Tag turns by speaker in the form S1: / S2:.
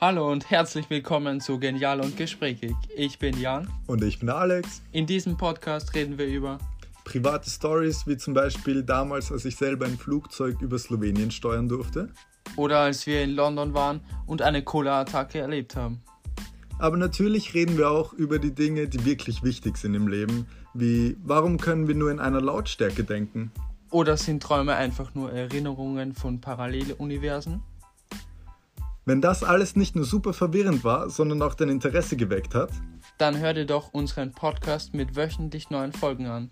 S1: Hallo und herzlich willkommen zu Genial und Gesprächig. Ich bin Jan.
S2: Und ich bin Alex.
S1: In diesem Podcast reden wir über
S2: Private Stories, wie zum Beispiel damals, als ich selber ein Flugzeug über Slowenien steuern durfte.
S1: oder als wir in London waren und eine Cola-Attacke erlebt haben.
S2: Aber natürlich reden wir auch über die Dinge, die wirklich wichtig sind im Leben, wie warum können wir nur in einer Lautstärke denken?
S1: Oder sind Träume einfach nur Erinnerungen von Paralleluniversen?
S2: Wenn das alles nicht nur super verwirrend war, sondern auch dein Interesse geweckt hat,
S1: Dann hör dir doch unseren Podcast mit wöchentlich neuen Folgen an.